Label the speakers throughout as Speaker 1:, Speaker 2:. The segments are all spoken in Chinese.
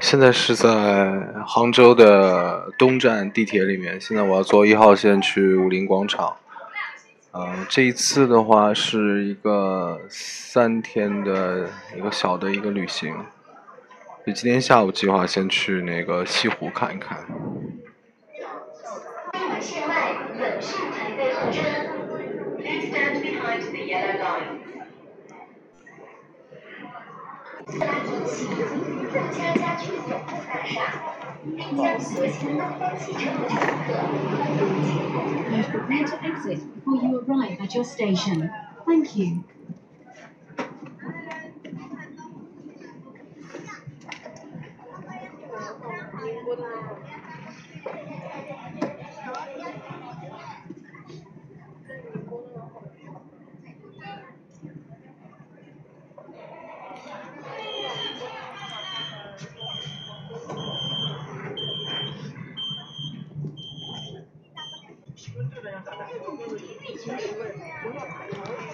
Speaker 1: 现在是在杭州的东站地铁里面，现在我要坐一号线去武林广场。呃，这一次的话是一个三天的一个小的一个旅行，就今天下午计划先去那个西湖看一看。
Speaker 2: 线外本站排队候车，Please stand behind the yellow line. 四八一起正佳家居总部大厦，并将所行东方汽车乘客欢迎进入。
Speaker 3: Please prepare to exit before you arrive at your station. Thank you.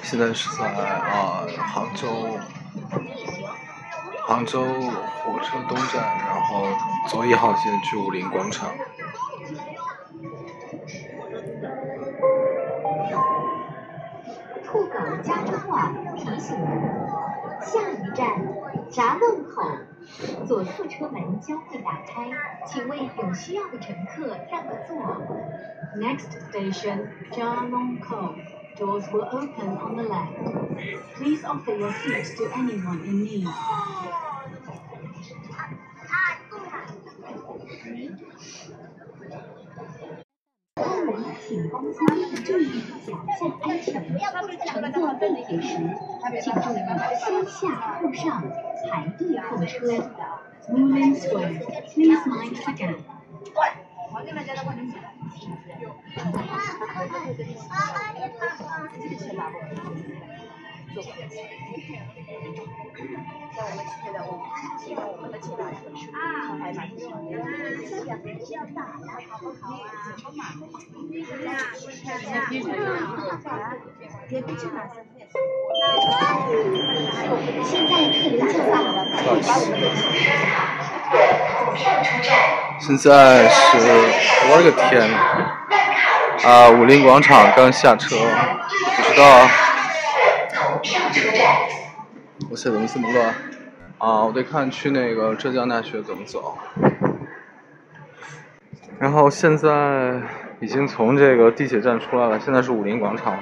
Speaker 1: 现在是在啊、杭州，杭州火车东站，然后坐一号线去武林广场。
Speaker 2: 沪港加州网提醒您，下一站闸门口，左侧车门将会打开，请为有需要的乘客让个座。
Speaker 3: Next station, Jia Long Ko. Doors will open on the left. Please offer your seat to anyone in need.
Speaker 2: 公民 请公司注意脚下安全。乘坐地铁时，请注意先下后上，排队候车。
Speaker 3: Moulin Square, please mind the gap.
Speaker 2: 现在客流较大，请小心。上车站。
Speaker 1: 现在是我勒个天呐！啊，武林广场刚下车，不知道我塞怎么这么乱啊！我得看去那个浙江大学怎么走。然后现在已经从这个地铁站出来了，现在是武林广场。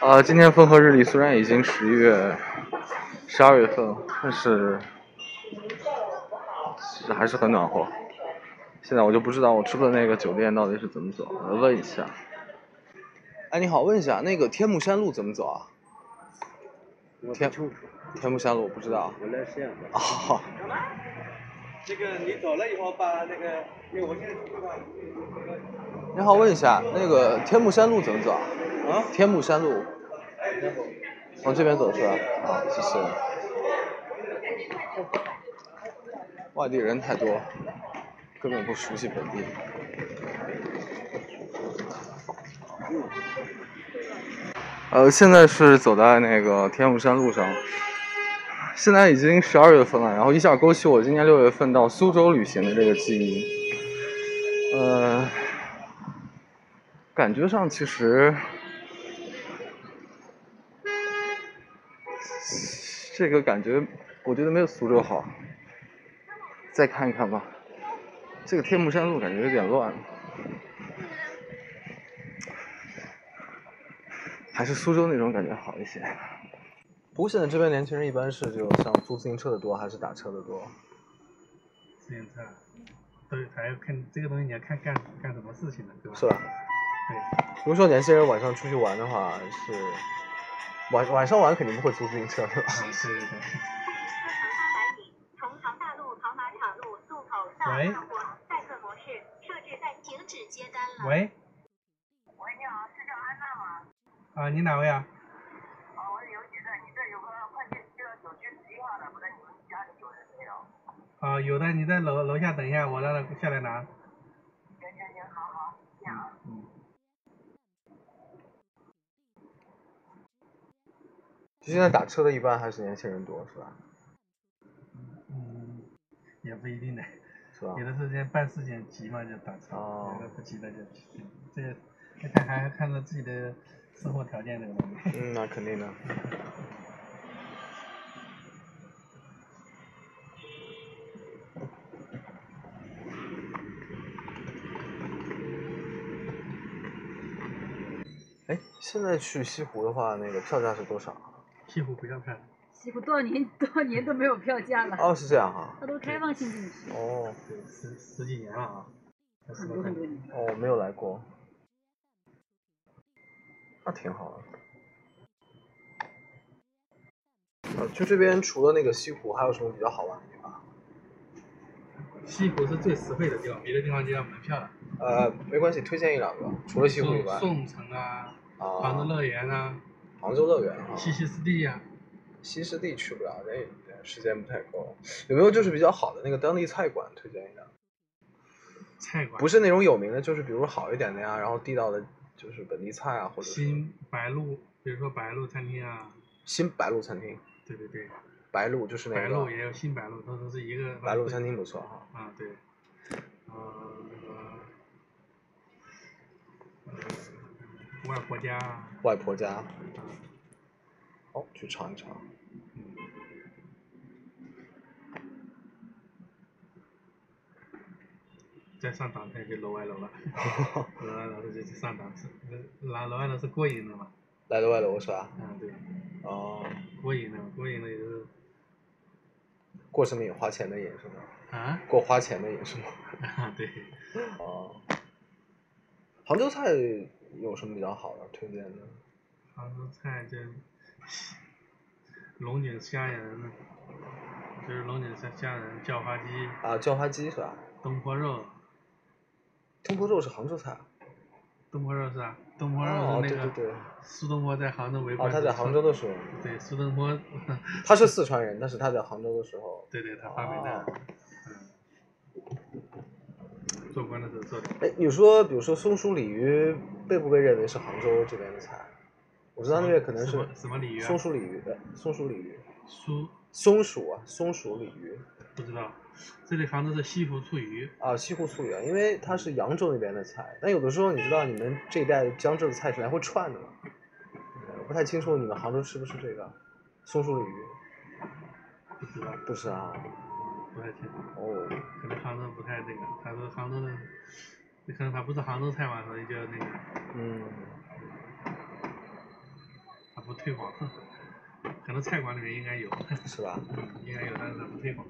Speaker 1: 啊，今天风和日丽，虽然已经十一月、十二月份了，但是其实还是很暖和。现在我就不知道我住的那个酒店到底是怎么走，我来问一下。哎，你好，问一下那个天目山路怎么走啊？
Speaker 4: 我
Speaker 1: 天
Speaker 4: 不清楚，
Speaker 1: 天目山路我不知 道。
Speaker 4: 我来西安的。
Speaker 1: 哦，
Speaker 4: 这个你走了以后，把那个，因为我现在这个
Speaker 1: 你好，问一下那个天目山路怎么走啊？
Speaker 4: 啊，
Speaker 1: 天目山路
Speaker 4: 然后
Speaker 1: 往这边走是吧？啊，谢谢。外地人太多，根本不熟悉本地。呃，现在是走在那个天目山路上，现在已经十二月份了，然后一下勾起我今年六月份到苏州旅行的这个记忆。呃，感觉上其实这个感觉，我觉得没有苏州好。再看一看吧，这个天目山路感觉有点乱，还是苏州那种感觉好一些。不过现在这边年轻人一般是就像租自行车的多，还是打车的多？
Speaker 5: 自行车，都是还要看这个东西，你要看干干什么事情的，对吧？啊
Speaker 1: 是吧？
Speaker 5: 对，
Speaker 1: 嗯比如说年轻人晚上出去玩的话，是晚晚上玩肯定不会租自行车，是吧？
Speaker 5: 嗯对对对，
Speaker 6: 白景，从航大路跑马场路路口到
Speaker 5: 喂
Speaker 6: 上过载客模式，设置在停止接单了。
Speaker 5: 喂，
Speaker 6: 喂，你好，是叫安娜吗？
Speaker 5: 啊，你哪位啊？
Speaker 6: 哦，我是刘局的，你这有个快递寄到九区十一号的，不在你们家里有人没有？
Speaker 5: 啊，有的，你在楼楼下等一下，我让他下来拿。嗯
Speaker 6: 行行行，好好，这样啊。
Speaker 1: 就现在打车的一般还是年轻人多，是吧？
Speaker 5: 嗯，也不一定的，
Speaker 1: 是吧
Speaker 5: 有？的时间办事情急嘛就打车，
Speaker 1: 哦
Speaker 5: 有的不急那就去这个这看还要看到自己的生活条件这个东西。
Speaker 1: 嗯，那肯定的。哎，现在去西湖的话，那个票价是多少啊？
Speaker 5: 西湖不要看，
Speaker 7: 西湖多少年多少年都没有票价了，
Speaker 1: 哦，是这样哈、
Speaker 7: 它都开放性进去，
Speaker 1: 哦，
Speaker 5: 对，十十几年了啊，还是
Speaker 7: 很
Speaker 5: 多
Speaker 7: 多
Speaker 5: 看
Speaker 7: 很多年。
Speaker 1: 哦，我没有来过，那挺好的。呃，就这边除了那个西湖，还有什么比较好玩的地方？
Speaker 5: 西湖是最实惠的地方，别的地方就要门票了。
Speaker 1: 呃，没关系，推荐一两个，除了西湖以外，
Speaker 5: 宋城啊，杭
Speaker 1: 啊，
Speaker 5: 州乐园啊，
Speaker 1: 杭州乐园啊，
Speaker 5: 西溪湿地啊，
Speaker 1: 西湿地去不了，人也人时间不太够。有没有就是比较好的那个当地菜馆推荐一下？
Speaker 5: 菜馆。
Speaker 1: 不是那种有名的，就是比如好一点的呀，然后地道的，就是本地菜啊，或者是
Speaker 5: 新白鹿，比如说白鹿餐厅啊，
Speaker 1: 新白鹿餐厅，
Speaker 5: 对对对，
Speaker 1: 白鹿就是那
Speaker 5: 白
Speaker 1: 个啊
Speaker 5: 鹿也有新白鹿，它都是一个
Speaker 1: 白鹿餐厅不错哈。
Speaker 5: 啊，对，呃，呃，外婆家啊，
Speaker 1: 外婆家，哦，去尝一尝。
Speaker 5: 再上档次就楼外楼 了，楼外楼就去上档次，那楼外楼是过瘾的嘛，
Speaker 1: 来了外楼是吧？
Speaker 5: 啊对，
Speaker 1: 哦，
Speaker 5: 过瘾的，过瘾的也是
Speaker 1: 过什么瘾？花钱的瘾是吗？
Speaker 5: 啊，
Speaker 1: 过花钱的瘾是吗？
Speaker 5: 啊对，
Speaker 1: 哦，杭州菜有什么比较好的推荐的？
Speaker 5: 杭州菜就龙井虾仁，就是龙井虾虾仁、叫花鸡、
Speaker 1: 啊，叫花鸡是吧？
Speaker 5: 东坡肉，
Speaker 1: 东坡肉是杭州菜啊。
Speaker 5: 东坡肉是啊，东坡
Speaker 1: 哦
Speaker 5: 肉，是
Speaker 1: 对
Speaker 5: 那
Speaker 1: 对
Speaker 5: 个
Speaker 1: 对，
Speaker 5: 苏东坡在杭州为
Speaker 1: 哦，
Speaker 5: 官，
Speaker 1: 他在杭州的时候，
Speaker 5: 对，苏东坡，
Speaker 1: 他是四川人，但是他在杭州的时候，
Speaker 5: 对对，他发明
Speaker 1: 哦
Speaker 5: 的，嗯，做官的时候做的，
Speaker 1: 哎，你说比如说松鼠鲤鱼被不被认为是杭州这边的菜？我知道那边可能
Speaker 5: 什
Speaker 1: 是
Speaker 5: 么什么鲤鱼啊
Speaker 1: 松鼠鲤鱼，呃，松鼠鲤鱼，
Speaker 5: 苏
Speaker 1: 松鼠啊，松鼠鲤鱼
Speaker 5: 不知道，这里杭州是西湖醋鱼，
Speaker 1: 啊，西湖醋鱼，因为它是扬州那边的菜。但有的时候你知道你们这一带江浙的菜是来回串的嘛？我不太清楚你们杭州吃不吃这个松鼠鲤鱼？
Speaker 5: 不知道，
Speaker 1: 不吃啊？
Speaker 5: 不太清楚，
Speaker 1: 哦，
Speaker 5: 可能杭州不太那个，他说杭州的，可能他不是杭州菜嘛，所以就那个。
Speaker 1: 嗯，
Speaker 5: 他不推广，可能菜馆里面应该有，嗯
Speaker 1: 是吧？
Speaker 5: 应该有，但是他不推广。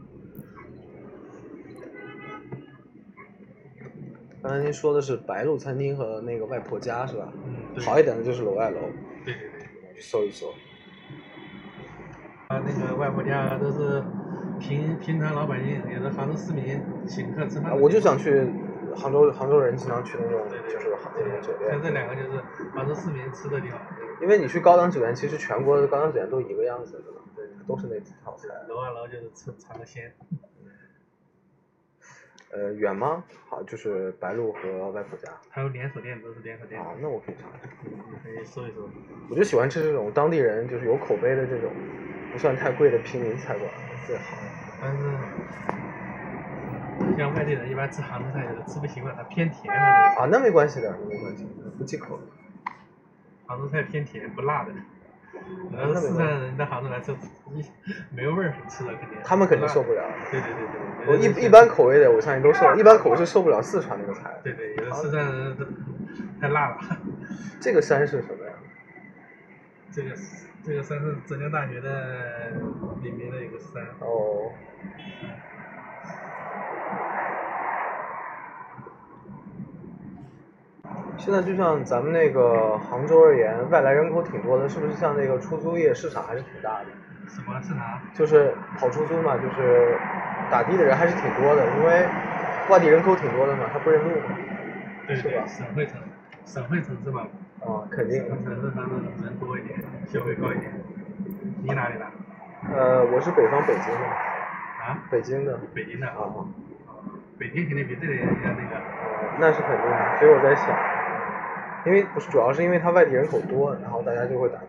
Speaker 1: 刚才您说的是白鹿餐厅和那个外婆家是吧？
Speaker 5: 嗯，对，
Speaker 1: 好一点的就是楼外楼，
Speaker 5: 对对对。
Speaker 1: 去搜一搜。
Speaker 5: 啊，那个外婆家都是平平常老百姓，也是杭州市民请客吃饭
Speaker 1: 啊，
Speaker 5: 的地方。
Speaker 1: 我就想去杭州，杭州人经常去那种
Speaker 5: 对。对对，
Speaker 1: 就是那种酒
Speaker 5: 像这
Speaker 1: 店，
Speaker 5: 两个就是杭州市民吃的地方，
Speaker 1: 因为你去高档酒店，其实全国的高档酒店都一个样子，对吧？都是那几套菜。
Speaker 5: 楼啊楼就是吃尝个鲜。
Speaker 1: 呃，远吗？好，就是白鹿和外婆家。
Speaker 5: 还有连锁店都是连锁店，
Speaker 1: 啊，那我可以尝尝。
Speaker 5: 你可以搜一搜。
Speaker 1: 我就喜欢吃这种当地人就是有口碑的这种，不算太贵的平民菜馆最好。
Speaker 5: 但是像外地人一般吃杭州菜，有的吃不习惯，它偏甜它那个
Speaker 1: 啊，那没关系的，那没关系，不忌口。
Speaker 5: 杭州菜偏甜不辣的，然
Speaker 1: 那
Speaker 5: 后
Speaker 1: 没
Speaker 5: 四
Speaker 1: 办法
Speaker 5: 川人到杭州来吃，一没味儿，吃的肯定。
Speaker 1: 他们肯定
Speaker 5: 辣
Speaker 1: 受不了。
Speaker 5: 对对对对，
Speaker 1: 我
Speaker 5: 有的
Speaker 1: 一
Speaker 5: 四
Speaker 1: 一般。口味的，我相信都受，一般口味是受不了四川那个菜。
Speaker 5: 对对，有的四川人都太辣了。
Speaker 1: 这个山是什么呀？
Speaker 5: 这个这个山是浙江大学的里面的一个山，
Speaker 1: 哦，现在就像咱们那个杭州而言，外来人口挺多的，是不是？像那个出租业市场还是挺大的，
Speaker 5: 什么是啥？
Speaker 1: 就是跑出租嘛，就是打的的人还是挺多的，因为外地人口挺多的嘛，他不认路嘛。
Speaker 5: 对
Speaker 1: 是吧
Speaker 5: 对，省会城，省会城市嘛，
Speaker 1: 啊、肯定
Speaker 5: 省
Speaker 1: 的
Speaker 5: 会。城市它的人多一点，消费高一点。你哪里的？
Speaker 1: 呃，我是北方北京的，
Speaker 5: 啊？
Speaker 1: 北京的。
Speaker 5: 北京的
Speaker 1: 啊，啊
Speaker 5: 北京肯定比这里要那个。
Speaker 1: 呃那是肯定的，所以我在想，因为不是主要是因为它外地人口多，然后大家就会打的。